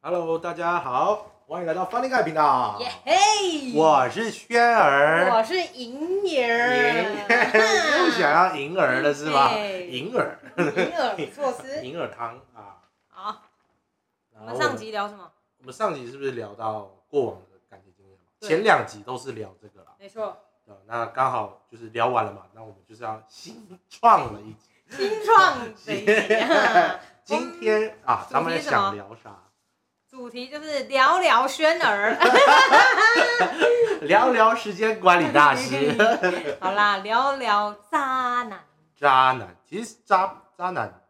Hello，大家好，欢迎来到 Funny Guy 频道，耶嘿！我是轩儿，我是银女银儿， 又想要银耳了是吗？对银耳，银耳 措施。银耳汤啊。好，然我后们上集聊什么？我们上集是不是聊到过往的感情经验嘛？对前两集都是聊这个啦，没错， 对那刚好就是聊完了嘛，那我们就是要新创了一集。新创的一集啊今天啊，咱们主题是什么想聊啥？ 主题就是聊聊轩儿。聊聊时间管理大师。 好啦，聊聊渣男。渣男，其实渣渣男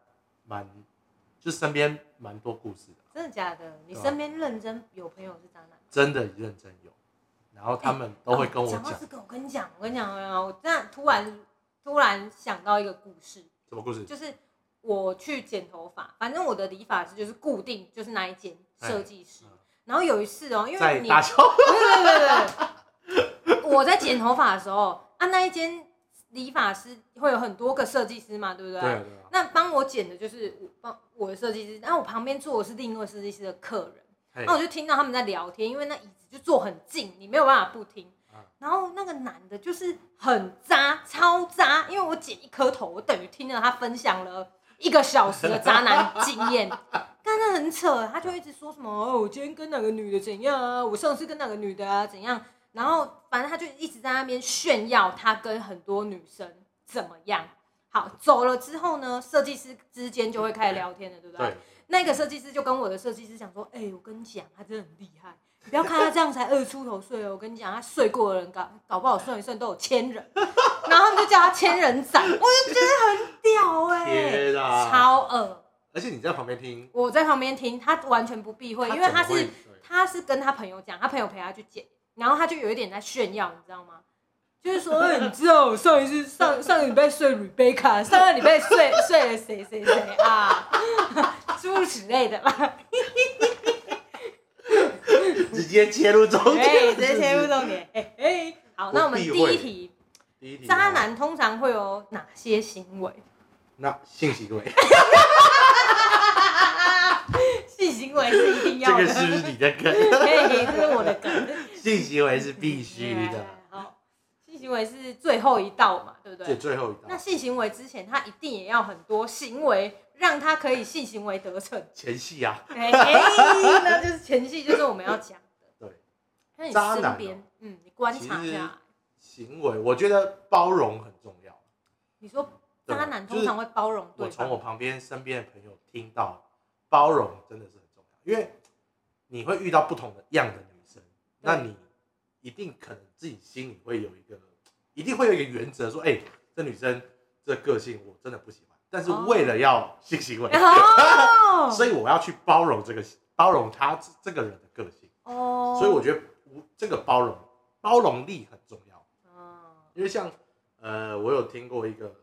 蛮，就身边蛮多故事的，真的假的？你对啊身边认真有朋友是渣男？真的认真有。然后他们都会跟我哦哎讲讲、到这个，我跟你讲，我跟你讲，我这样突然突然想到一个故事，什么故事，就是我去剪头发，反正我的理发师就是固定就是那一间设计师哎嗯。然后有一次哦、因在为你大桥对对对对，我在剪头发的时候，啊，那一间理发师会有很多个设计师嘛，对不对对？啊对啊，那帮我剪的就是我帮我的设计师，然后我旁边坐的是另一位设计师的客人，嘿那我就听到他们在聊天，因为那椅子就坐很近，你没有办法不听嗯。然后那个男的就是很渣，超渣，因为我剪一颗头，我等于听了他分享了一个小时的渣男经验，但那很扯。他就一直说什么哦，我今天跟哪个女的怎样啊，我上次跟哪个女的啊怎样，然后反正他就一直在那边炫耀他跟很多女生怎么样。好，走了之后呢，设计师之间就会开始聊天了，对不对？对，那个设计师就跟我的设计师讲说：“哎、我跟你讲，他真的很厉害，你不要看他这样才二出头岁哦，我跟你讲，他睡过的人搞搞不好算一算都有千人，然后他们就叫他千人斩，我就觉得很屌哎、天啊！超恶。而且你在旁边听，我在旁边听，他完全不避讳，因为他他怎么会是他是跟他朋友讲，他朋友陪他去剪，然后他就有一点在炫耀，你知道吗？就是说，哎 你知道我上一次上上个礼拜睡 Rebecca，上个礼拜睡 睡了谁谁谁啊， 诸如此类的吧。对直接切入重哎，点，直接切入重点。嘿嘿，好，那我们第一题，第一题哦渣男通常会有哪些行 为？那性行为，性行为是一定这 要个的。是不是你的梗？ 嘿嘿，这是我的 梗。性行为是必须的，好，性行为是最后一道嘛，啊对不这对？最后一那道性行为之前，他一定也要很多行为，让他可以性行为 得逞。前戏啊，哎，那就是前戏，就是我们要讲的。对。那你渣男哦身边，嗯，你观察一其实下，行为我觉得包容很重要。你说对渣男就是通常会包容我对从方我。旁边身边的朋友听到，包容真的是很重要，因为你会遇到不同的样的女生，那你一定可能自己心里会有一个，一定会有一个原则，说，哎、这女生这个性我真的不喜欢，但是哦为了要性行为， 哦 所以我要去包容这个，包容她这这个人的个性，哦，所以我觉得无这个包容包容力很重要。嗯因为像呃，我有听过一个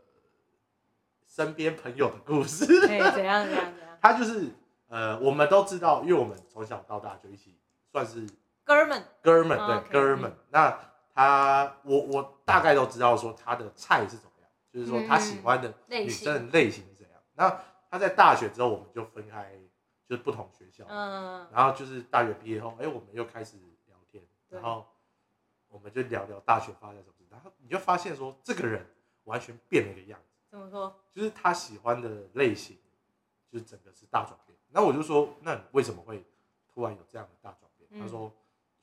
身边朋友的故事， 哎、怎样怎样怎样，他就是呃，我们都知道，因为我们从小到大就一起算是哥们，哥们，哦对 OK，哥们。那他，我我大概都知道说他的菜是怎么样，就是说他喜欢的嗯类女型，生的类型是怎样。那他在大学之后，我们就分开，就是不同学校。嗯，然后就是大学毕业后，哎，我们又开始聊天，对然后我们就聊聊大学发生什么事，然后你就发现说，这个人完全变了一个样子，怎么说？就是他喜欢的类型，就是整个是大转变。那我就说，那你为什么会突然有这样的大转变？嗯他说，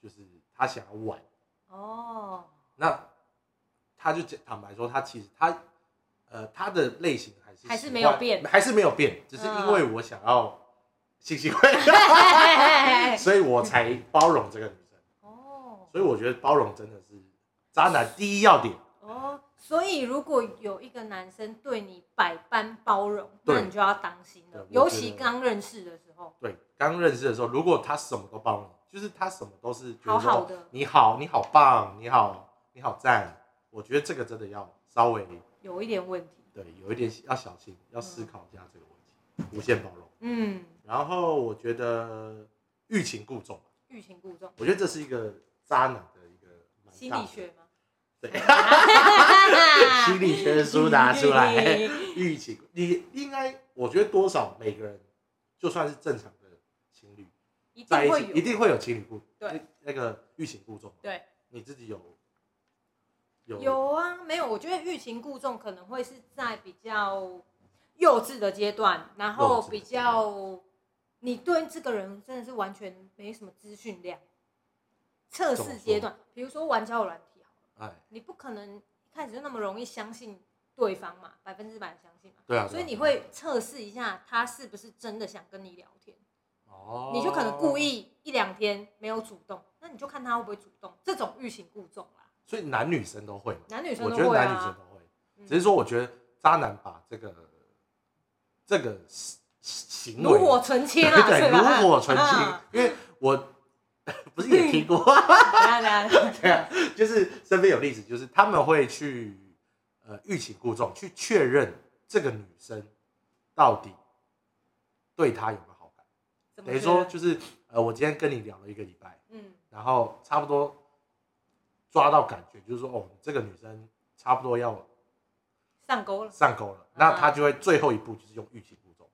就是他想要玩。哦，那他就讲坦白说，他其实他呃他的类型还是还喜是欢没有变嗯还是没有变，只是因为我想要性 行为。所以我才包容这个女生。哦，所以我觉得包容真的是渣男第一要点，哦，所以如果有一个男生对你百般包容，对那你就要当心对了我，尤其觉得刚认识的时候，对，刚认识的时候，如果他什么都包容，就是他什么都是觉好得好说的你好，你好棒，你好，你好赞，我觉得这个真的要稍微有一点问题。对有一点要小心，要思考一下这个问题，无限包容。嗯，然后我觉得欲擒故纵，欲擒故纵，我觉得这是一个渣男的一个蛮心大理的学吗？对 心理学的书拿出来。预期，你应该，我觉得多少每个人，就算是正常的情侣， 一定在一会起，有，一定会有情侣故对那个欲擒故纵。对，你自己有有有啊，没有，我觉得欲擒故纵可能会是在比较幼稚的阶段，然幼后稚的比阶段较你对这个人真的是完全没什么资讯量。测怎么试说阶段，比如说玩交友软体好了，哎，你不可能一开始就那么容易相信对方嘛，百分之百的相信嘛，对啊，所以对啊你会测试一下他是不是真的想跟你聊天，哦，你就可能故，意一两天没有主动，那你就看他会不会主动，这种欲擒故纵啦，所以男女生都会嘛，男女生我都觉得会男女生啊，都会，嗯只是说我觉得渣男把这个这个行行为炉火纯青啊，对对，是吧炉火纯青啊，因为我不是也听过， 等一下等一下，对啊，就是身边有例子，就是他们会去呃欲擒故纵，去确认这个女生到底对他有没有好感。怎么 等于觉说得，就是呃，我今天跟你聊了一个礼拜，嗯，然后差不多抓到感觉，就是说哦，这个女生差不多要上钩了，上钩了，那他就会最后一步就是用欲擒故纵。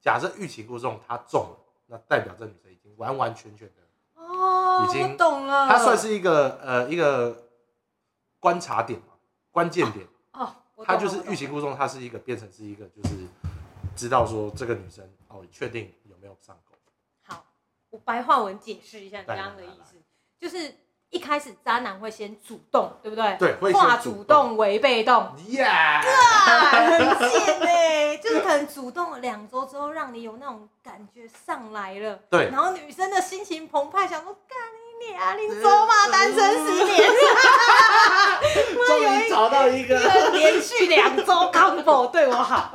假设欲擒故纵他中了，那代表这女生已经完完全全的，哦，已经我懂了，她算是一个呃一个观察点嘛，关键点。哦，我懂他了就是欲擒，故纵，他是一个变成是一个就是知道说这个女生哦，确定有没有上钩？我懂了好，我白话文解释一下你来刚刚的来意来思，就是一开始渣男会先主动，对不对？对，会化先主动为被动，耶 啊，很贱哎、就是可能主动了两周之后，让你有那种感觉上来了，对然后女生的心情澎湃，想说干你俩，你走嘛，单身十 年，终于找到一个，连续两周 combo 对我 好，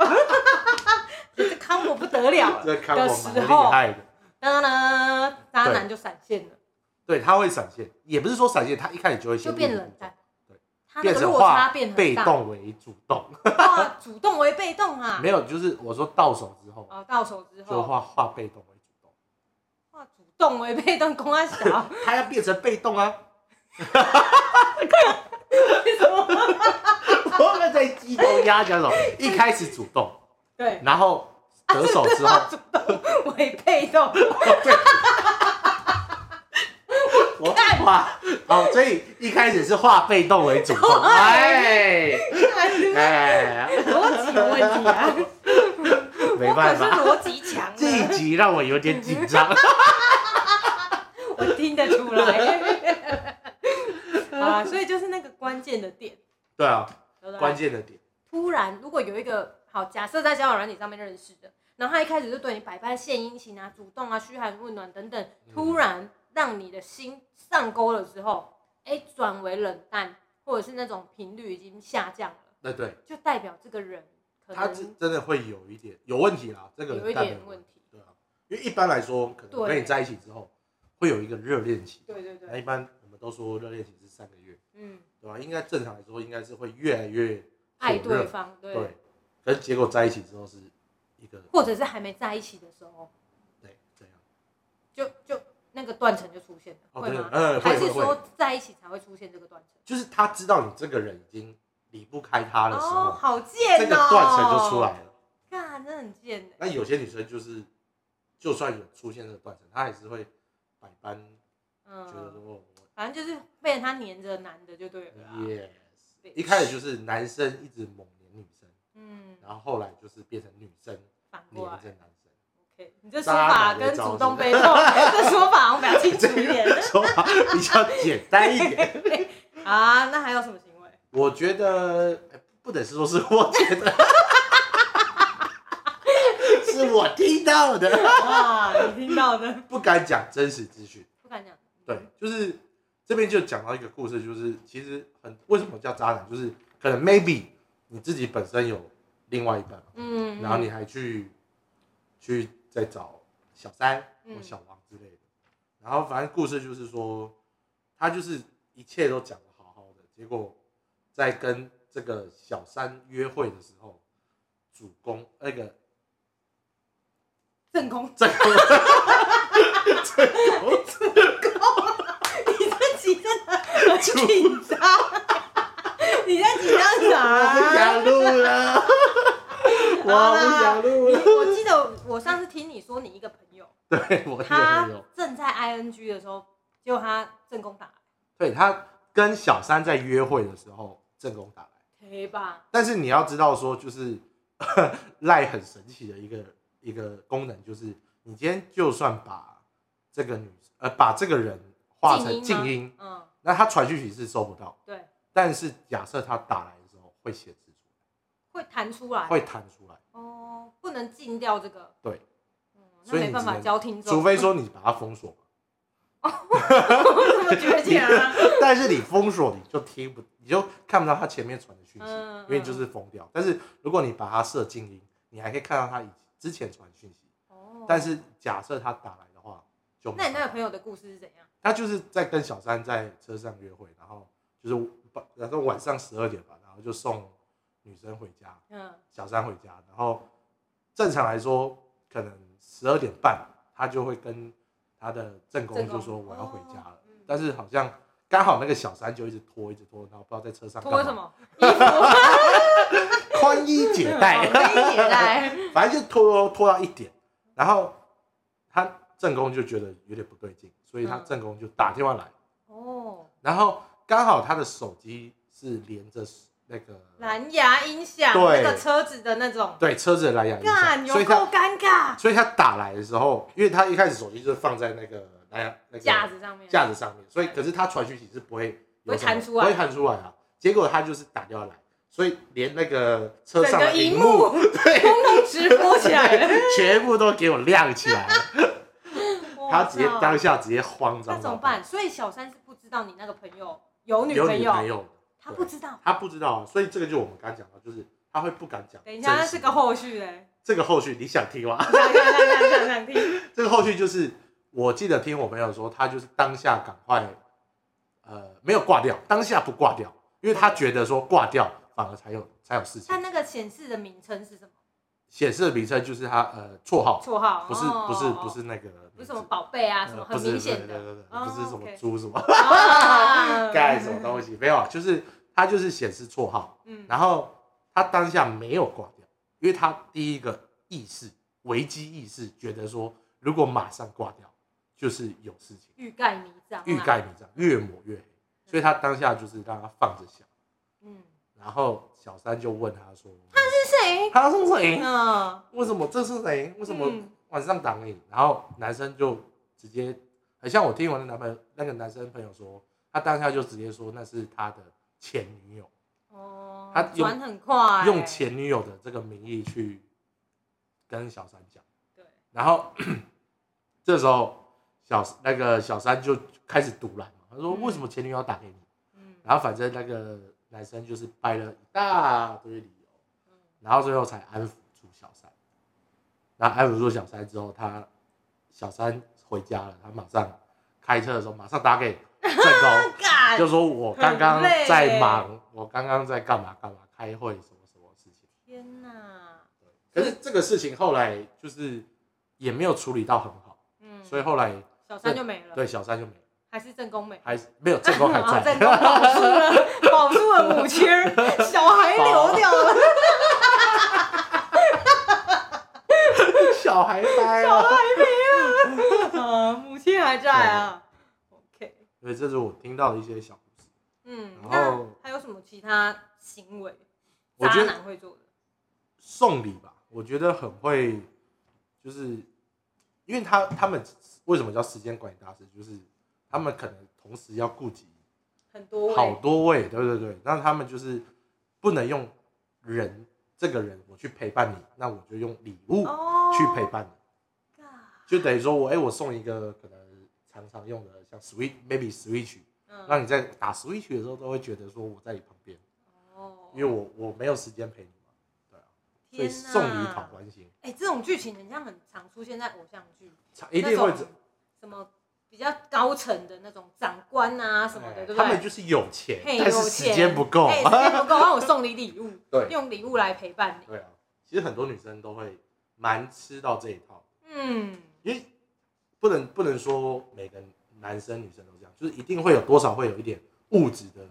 这 combo 不得了了，这看我蛮时候厉害的。当然渣男就闪现了，对，他会闪现，也不是说闪现，他一开始就会先就变冷淡嗯对，他那变个成落差化变很被大，动为主动，哇，主动为被动啊没，有，就是我说到手之后哦，到手之就后，化化被动为主动，哇，主动为被动，公安小。 他要变成被动啊！为什么我们在鸡头鸭讲什么？一开始主动，对，然后得手之后他主动为被动，我画哦，所以一开始是化被动为主 动，哎哎，逻辑有问题啊！ 没办我法，可是逻辑强啊，这一集让我有点紧张。 我听得出来。 啊，所以就是那个关键的点，对啊，对不对关键的点，突然如果有一个好，假设在交友软体上面认识的，然后他一开始就对你百般献殷勤啊、主动啊、嘘寒问暖等等，突然让你的心上钩了之后，哎，转为冷淡，或者是那种频率已经下降了，那对就代表这个人可他真能真的会有一点有问题啦，这个有人一点但没问题。对啊，因为一般来说，可能对跟你在一起之后会有一个哎热恋期，对对那一，般我们都说热恋期是三个月，嗯，对吧？应该正常来说应该是会越来越爱火热对方，对，对，可是结果在一起之后是一个或者是还没在一起的时候，对这样。就就那个断层就出现了，哦会对吗？嗯会还是会会说在一起才会出现这个断层？就是他知道你这个人已经离不开他的时候，哦，好贱哦！这个断层就出来了。干，真的很贱哎。那有些女生就是，就算有出现这个断层，她还是会百般觉得说嗯，哦反正就是被他黏着男的就对了啊啦。我，yes。对一开始就是男生一直猛黏女生，嗯，然后后来就是变成女生反黏过来着男生。 ，OK，你这说法渣男的跟招式主动 被动这说法我比较清楚一点说法比较简单一点，啊。那还有什么行为？我觉得呃不能说是我觉得， 是我听到的， 哇，你听到的不敢讲真实资讯。不敢讲。对，就是这边就讲到一个故事，就是其实很为什么叫渣男，就是可能 maybe 你自己本身有另外一半，嗯，嗯，然后你还去去再找小三嗯或小王之类的，然后反正故事就是说，他就是一切都讲的好好的，结果在跟这个小三约会的时候，主攻那个正宫，正宫 正宫 你这集真的很紧张， 你在紧张啊我不啥？想录 了，我不想录你了。我记得我上次听你说你一个朋友，对我他有有，正在 ing 的时候，结果他正宫打来，对他跟小三在约会的时候，正宫打来。赔吧，但是你要知道说，就是 赖很神奇的一个一个功能，就是你今天就算把这个女呃把这个人化成静音吗静音，嗯，那他传讯息是收不到，对，但是假设他打来的时候会显示出会弹出来来，，会弹出来，哦，不能禁掉这个，对，嗯，那所以没你办只法能教听众，除非说你把它封锁嘛，这 么倔强啊，但是你封锁你就听不，你就看不到他前面传的讯息，嗯因为就是封掉。但是如果你把它设静音，你还可以看到他以之前传讯息，哦，但是假设他打来的话，就没那你那办个法朋友的故事是怎样？他就是在跟小三在车上约会，然后就是把然后晚上十二点吧，然后就送女生回家， 嗯，小三回家，然后正常来说可能十二点半他就会跟他的正宫正就宫说我要回家了哦，嗯但是好像刚好那个小三就一直拖一直拖，然后不知道在车上脱干什嘛，么衣 服？宽衣解带， 没也带，反正就拖拖到一点，然后他正宫就觉得有点不对劲，所以他嗯正宫就打电话来。哦，然后刚好他的手机是连着那个蓝牙音响，对那个车子的那种，对车子的蓝牙音干响，有所以够他尴尬，所以他打来的时候，因为他一开始手机就是放在那个蓝牙那个架子上面，架子上面，所以可是他传讯息是不会有不会什么弹出来不会弹出来啊。结果他就是打电话来，所以连那个车整上个的荧荧幕幕 对通通直播起来了， 全部都给我亮起来了，他直接哇当下直接慌张到那爆，怎么办？所以小三是不知道你那个朋友有女有朋女友，朋友的，他对不知道。他不知道啊，所以这个就我们刚刚讲到，就是他会不敢讲等真一实的。下，那是个后续嘞，这个后续你想听吗？ 想想想想想想听。这个后续就是，我记得听我朋友说，他就是当下赶快，呃，没有挂掉，当下不挂掉，因为他觉得说挂掉反而才有才有事情但。那个显示的名称是什么？显示的名称就是他呃绰号，绰号？不是哦不是哦不是那个名字，不是什么宝贝啊，呃什么不很是明显对对的。对对不是什哦么，OK 猪什么 啊盖什么东西，没有啊，就是他就是显示绰号，嗯，然后他当下没有挂掉，因为他第一个意识危机意识觉得说，如果马上挂掉就是有事情。欲盖弥彰。啊欲。盖弥彰，越抹越黑，所以他当下就是让他放着想，嗯，然后小三就问他说：“嗯他是谁？是谁？嗯，为什么这是谁？为什么嗯晚上打你？”然后男生就直接，很像我听我的男朋友那个男生朋友说，他当下就直接说那是他的前女友，哦，他用转很快，用。前女友的这个名义去跟小三讲，对，然后 这时候小那个小三就开始堵拦嘛，他说：“嗯为什么前女友要打给你？”嗯然后反正那个男生就是掰了一大堆理由，嗯然后最后才安抚住小三。然后安抚住小三之后，他小三回家了，他马上开车的时候马上打给正 宫，干就说我刚刚很累在忙，我刚刚在干嘛干嘛，开会什么什么事情。天哪！可是这个事情后来就是也没有处理到很好，嗯，所以后来小三就没了，对小三就没了，还是正宫没。还是没有正宫还 啊在正。宫保住了，保住了母亲儿，小 孩流掉了。 小孩呆哦了。啊，母亲还在啊。OK，所以这是我听到的一些小故事。嗯，然后那还有什么其他行为我渣觉得男会做的？送礼吧，我觉得很会，就是因为他他们为什么叫时间管理大师，就是他们可能同时要顾及很多好位，多位，对对对，那他们就是不能用人这个人我去陪伴你，那我就用礼物哦去陪伴你， God，就等于说我哎、我送一个可能常常用的像 Switch maybe Switch，嗯，让你在打 Switch 的时候都会觉得说我在你旁边，哦因为我我没有时间陪你嘛，对啊，所以天送礼哪讨关心，哎，这种剧情很像很常出现在偶像剧，一定会那种什么比较高层的那种长官啊什么的，哎对不他们对？就是有钱，嘿但有是时钱间不够。哎，时间 不够，让我送你礼物，对 用礼物来陪伴你。对啊，其实很多女生都会蛮吃到这一套，嗯，因为不能不能说每个男生女生都这样，就是一定会有多少会有一点物质的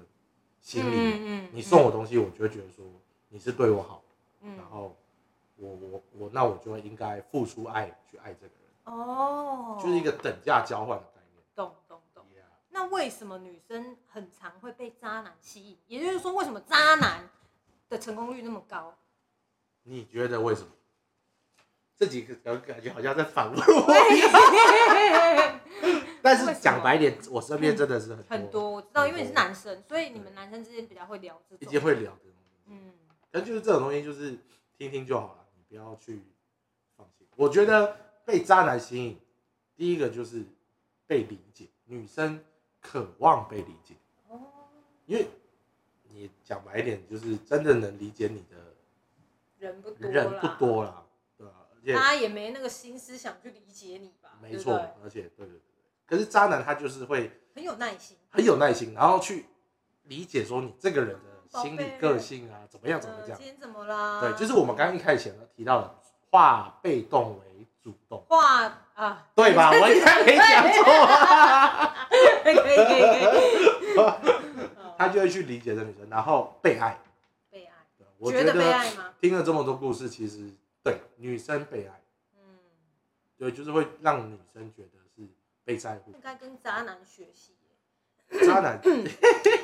心理。嗯你送我东西，我就会觉得说你是对我好，嗯然后我我我那我就应该付出爱去爱这个人。哦，就是一个等价交换的概念。懂懂懂。 Yeah 那为什么女生很常会被渣男吸引？也就是说，为什么渣男的成功率那么高？ 你觉得为什么？这几个感觉好像在反问对我， 但是讲白点，我身边真的是很很多我知道，因为你是男生，所以你们男生之间比较会聊这一定种。会聊的东西。嗯，但就是这种东西，就是听听就好了，你不要去放弃。我觉得被渣男吸引，第一个就是被理解，女生渴望被理解，哦，因为你讲白一点，就是真的能理解你的人不多啦人不，多啦，对吧、啊而且大家也没那个心思想去理解你吧？没啊对不错对，而且对对对，可是渣男他就是会很有耐心。很有耐心，然后去理解说你这个人的心宝理贝个性啊，怎么样怎么呃样今。天怎么啦？对，就是我们刚刚一开始前呢提到的，化被动为主动，话啊， 对吧？我应该没讲错。可以可以可以可以。 他就会去理解这女生，然后被爱。被爱，对我觉觉得被得爱吗？听了这么多故事，其实对女生被爱，嗯，对，就是会让女生觉得是被在乎应。该跟渣男学习。渣 男，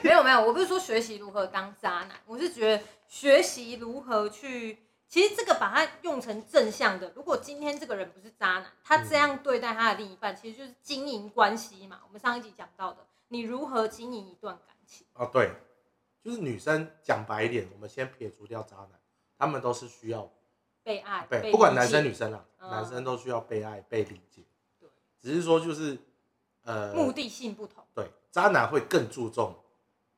没有没有，我不是说学习如何当渣男，我是觉得学习如何去，其实这个把它用成正向的。如果今天这个人不是渣男，他这样对待他的另一半，其实就是经营关系嘛。我们上一集讲到的，你如何经营一段感情，哦，对，就是女生讲白一点，我们先撇除掉渣男，他们都是需要被爱，哎被，不管男生理解女生啦，嗯男生都需要被爱、被理解对。只是说就是，呃，目的性不同，对，渣男会更注重我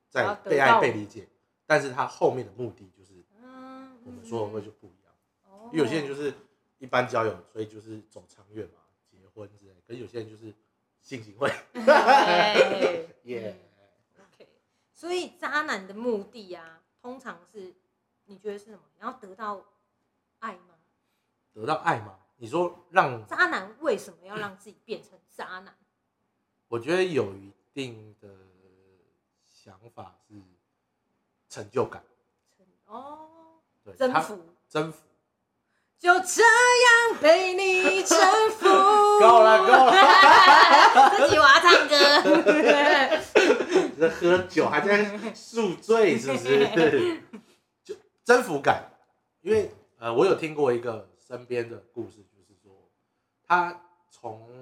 在要得被到爱、我被理解，但是他后面的目的就是嗯，我们说的会就不一样。哦因为有些人就是一般交友，所以就是走长远嘛，结婚之类；，可是有些人就是性 行为， 哎耶、 OK，所以渣男的目的啊，通常是你觉得是什么？然后得到爱吗？得到爱嘛。你说让渣男为什么要让自己变成渣男？我觉得有一定的想法是成就感，哦，对，征他服，征服。就这样被你征服。 够了够了， 自己我要唱歌。在喝酒还在宿醉，是不是？ 就征服感，因为呃，我有听过一个身边的故事，就是说他从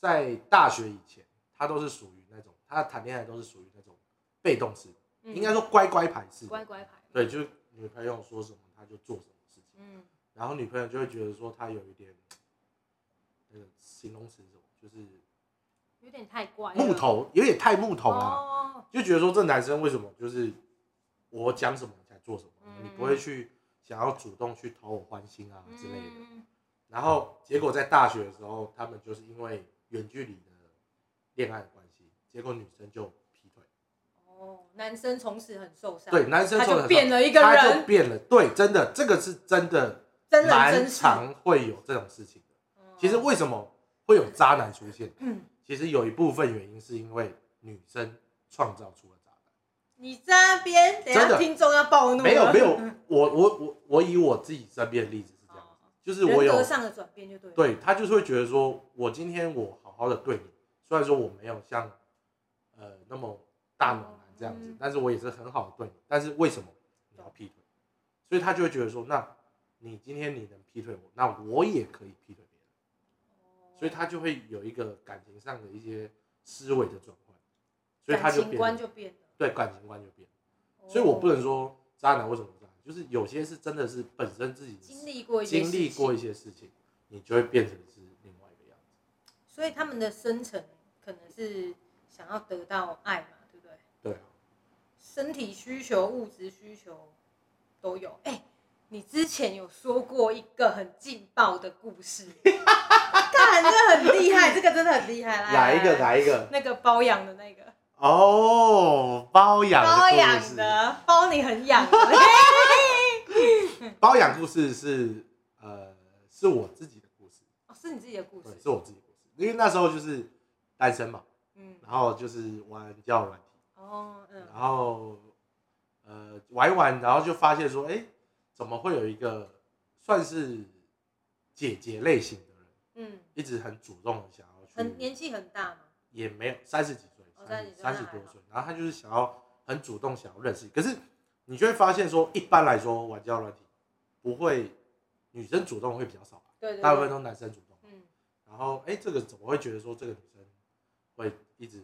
在大学以前，他都是属于那种他谈恋爱都是属于那种被动式，应该说说乖乖牌式，嗯乖乖牌。对，就是女朋友说什么他就做什么事情，嗯，然后女朋友就会觉得说他有一点那个形容词是什么，就是有点太乖了。木头，啊有点太木头了。哎哦，就觉得说这男生为什么就是我讲什么你才做什么，嗯你不会去想要主动去讨我欢心啊之类的。嗯然后结果在大学的时候，他们就是因为远距离的恋爱的关系，结果女生就劈腿，哦，男生从此很受伤。对，，男生他受得就很变少了一个他就人，变了，对，真的这个是真的，真人蛮真事。常会有这种事情的。嗯其实为什么会有渣男出现？嗯其实有一部分原因是因为女生创造出了渣男。你在那边，等一真下的听众要暴哦怒了。嗯没有没有，我我我我以我自己身边的例子是这样子，哦，就是我有人格上的转变就对了。对他就是会觉得说，我今天我好好的对你，虽然说我没有像呃那么大暖男这样子嗯，但是我也是很好的对你，但是为什么你要劈腿？所以他就会觉得说，那你今天你能劈腿我，那我也可以劈腿别人，所以他就会有一个感情上的一些思维的转换，所以他就感情变观了就变了。对感情观就变了。哦所以我不能说渣男为什么渣男，就是有些是真的是本身自己经历过一些经历事情过一些事情，你就会变成是另外一个样子。所以他们的深层可能是想要得到爱嘛，对不对？对啊，身体需求、物质需求都有。哎、你之前有说过一个很劲爆的故 事，看这很厉害，这个真的很厉害。来来一个，，来一 个那个包养的那个，哦，包养的包故养事，的，包你很养 的。哦包养故事是呃是我自己的故事，哦，是你自己的故对，事。是我自己的故事，因为那时候就是单身嘛，嗯，然后就是玩交友软体。哦，嗯，然后呃玩一玩，然后就发现说，哎，怎么会有一个算是姐姐类型的人，嗯，一直很主动的想要很去，年纪很大嘛，也没有三十几岁哦，三30十岁多岁，然后他就是想要很主动想要认识你，可是你就会发现说，一般来说玩交友软体不会女生主动会比较少吧，对对对，大部分都男生主动，嗯，然后哎、这个怎么会觉得说这个女生会一直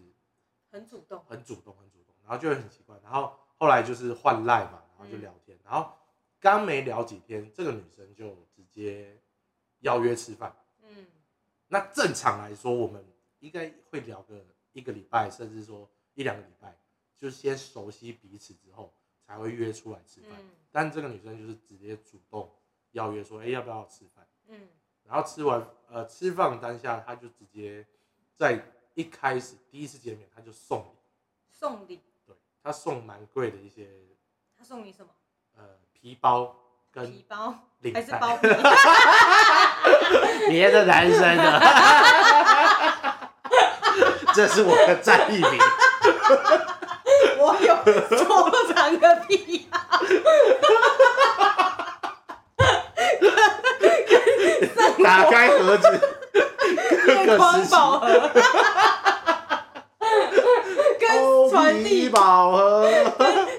很主动，很主动，很主动，然后就会很奇怪。然后后来就是换赖嘛，然后就聊天，然后刚没聊几天，这个女生就直接邀约吃饭。嗯，那正常来说，我们应该会聊个一个礼拜，甚至说一两个礼拜，就先熟悉彼此之后才会约出来吃饭。嗯但这个女生就是直接主动邀约说，哎、要不要吃饭？嗯，然后吃完呃吃饭当下，她就直接在一开始第一次见面，她就送你。送礼，对，他送蛮贵的一些他送你什么？呃皮包皮跟包领还是带，包皮？ 别的男生的， 这是我的战利 品。我有收藏个屁啊！打开盒子，各夜个时光期 宝盒，跟欧传递皮 宝盒，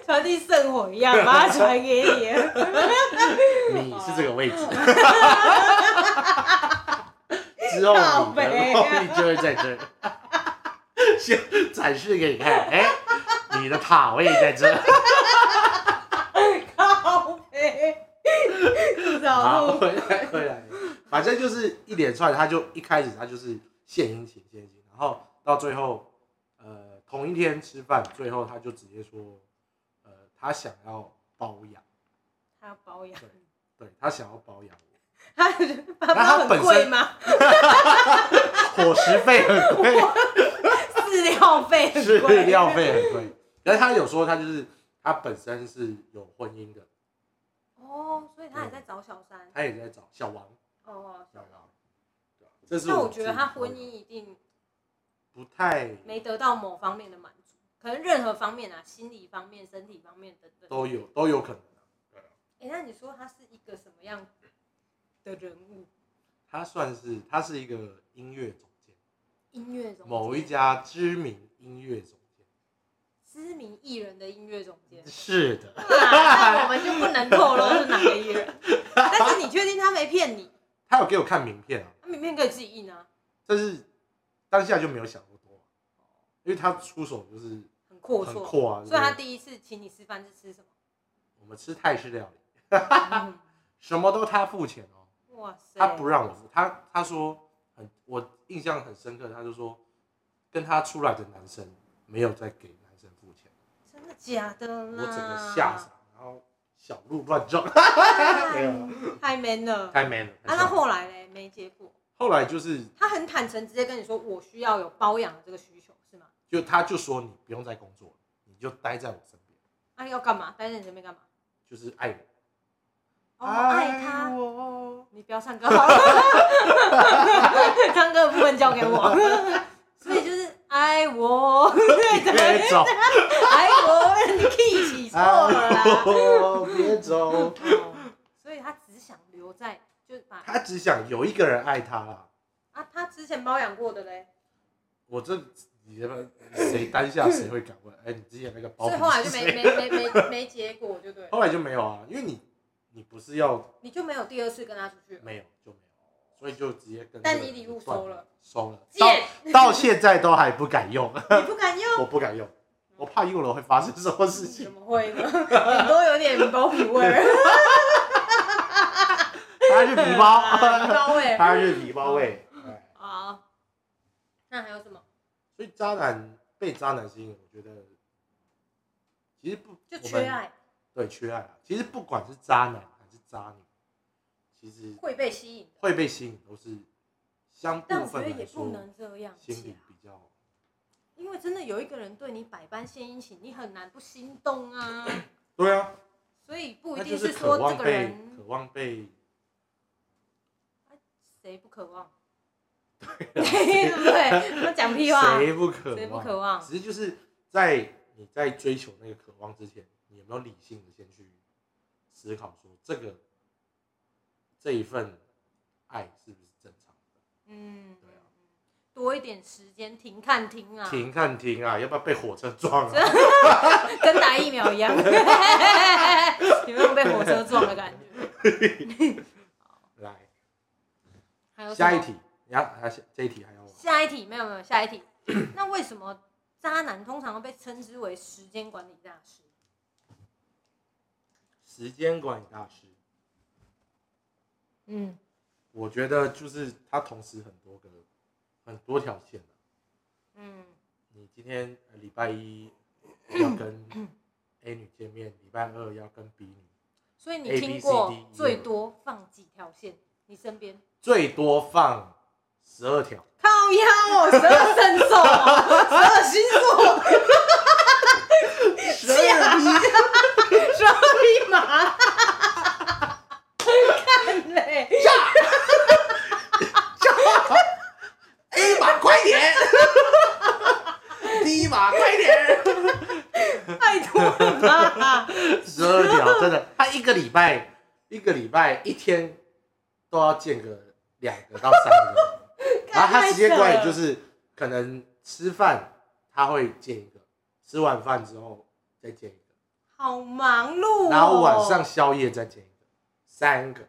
传递圣火一样，把它传给你。 你是这个位置。 之后哦靠你北的后力就会在 这儿， 先展示给你看。哎、你的塔位在这儿。靠背，好，不 找路。回来回来，反正就是一连串，他就一开始他就是献殷勤献殷勤，然后到最后，呃，同一天吃饭，最后他就直接说，呃，他想要包养，他要保养，对他想要包养我， 他爸然后爸他很本贵身吗？ 伙食费很贵，饲料费 很饲贵，料费很贵，但是他有说他就是他本身是有婚姻的，哦，所以他也在找小三他也在找小王，哦。小王，对啊这是那我自己觉得他的婚姻一定不太没得到某方面的满足，可能任何方面啊，心理方面、身体方面等等。都有都有可能啊、对啊。哎、那你说他是一个什么样的人物？他算是他是一个音乐总监，音乐总监某一家知名音乐总监。，知名艺人的音乐总监 是的，那我们就不能透露是哪个艺人。 但是你确定他没骗你？他有给我看名片啊，他名片可以自己印啊，但是当下就没有想那么多，因为他出手就是很阔很绰。阔啊。所以他就是第一次请你吃饭是吃什么？我们吃泰式料理， 嗯什么都他付钱哦，哇塞！他不让我付。他他说很，我印象很深刻，他就说跟他出来的男生没有再给男生付钱，真的假的我啦？整个吓傻，然后小鹿乱撞， 没有啊哎太 man 了。啊，太 man 了。那后来嘞，没结果。后来就是他很坦诚，直接跟你说我需要有包养的这个需求，是吗？就他就说你不用再工作了，你就待在我身边，那、啊要干嘛？待在你身边干嘛？就是爱我，哦，爱他。哎我，你不要唱歌好了，唱歌的部分交 给我。所以就是爱我，别走，爱我，你 key 起错了啊 啦。我哎别走。哦所以他只想留在，就是把他只想有一个人爱他啦，啊，他之前包养过的嘞，我这你他妈谁当下谁会敢问？哎、你之前那个包所皮以是谁，后来 就没没没没没结果，就对了，后来就没有啊，因为你你不是要你就没有第二次跟他出 去了。没有就没有，所以就直接跟但这个你人礼物断收了，收了，贱到到现在都还不敢用， 你不敢用，我不敢用，我怕用了会发生什么事情怎。 么会呢？你都有点包皮 味儿，他是皮包，啊皮包 味儿。他是皮包味。哎好，那还有什么？所以渣男被渣男吸引，我觉得其实不就我缺们爱对缺爱啊。其实不管是渣男还是渣女，其实会被吸引的，会被吸引都是相但部我觉得分来也不说能这样心讲啊里，比较因为真的有一个人对你百般献殷勤，你很难不心动啊。对啊，所以不一那定就是渴说这望个被渴人望被谁不渴望， 对 不对？他讲屁话，啊谁不渴谁不望？渴望？只是就是在你在追求那个渴望之前，你有没有理性的先去思考说这个这一份爱是不是正常的？嗯，对啊，多一点时间停看听啊，停看停啊，要不要被火车撞啊？ 跟打疫苗一 样，有没有被火车撞的感觉？来，还有什么下一，题，你要还是这一题还要我？下一题没有没有下一题。 那为什么渣男通常被称之为时间管理大师？时间管理大师，嗯，我觉得就是他同时很多个很多条线啊嗯，你今天呃礼拜一要跟 A 女见面，礼拜二要跟 B 女，所以你 A, B, C, 听过 D, E 最多放几条线？你身边最多放十二条。靠腰哦，十二圣手哦， 十二星座，十二十二匹马，看嘞，哎 A 马快点，B 马快点，太多了吧？十二条真 的，他一个礼拜一个礼拜一天都要见个两个到三 个，然后他时间管理就是可能吃饭他会见一个，吃完饭之后再见一个。好忙碌、哦，然后晚上宵夜再煎一个，三个，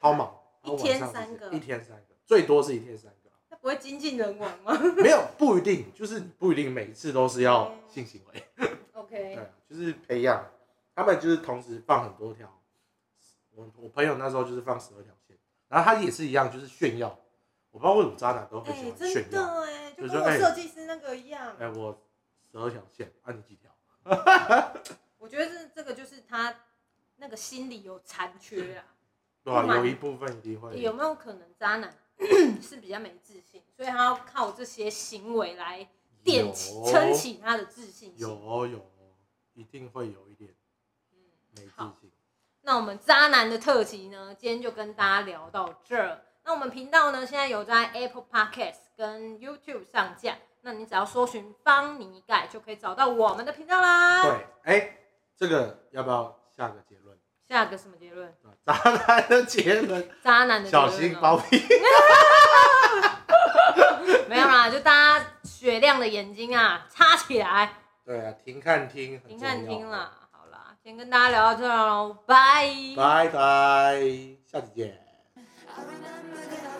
超忙，一然后天晚上再煎三个一天三个，最多是一天三个，他不会精尽人亡吗 没有不一定，就是你不一定每一次都是要性行为，对？OK，啊，就是培养，他们就是同时放很多条，我我朋友那时候就是放十二条线，然后他也是一样，就是炫耀，我不知道为什么渣男都哎、很喜欢炫真耀，的哎，就就跟说我哎设计师那个一样。哎，我十二条线，啊按、你几条？我觉得这这个就是他那个心理有残缺啊。对啊，不满有一部分一定会有没有可能渣男 是比较没自信，所以他要靠这些行为来有垫起、撑起他的自信有心？哦有哦，一定会有一点嗯没自好信。那我们渣男的特辑呢，今天就跟大家聊到这儿。那我们频道呢，现在有在 Apple Podcast 跟 YouTube 上架，那你只要搜寻“邦尼盖”就可以找到我们的频道啦。对，哎、这个要不要下个结论？下个什么结论？对吧渣男的结论，渣男的结小论哦心包庇。没 有啦，就大家雪亮的眼睛啊，插起来，对啊，停看听很停重要。看啊听啦。好啦，先跟大家聊到这儿喽，拜。拜拜，下次见。 I remember that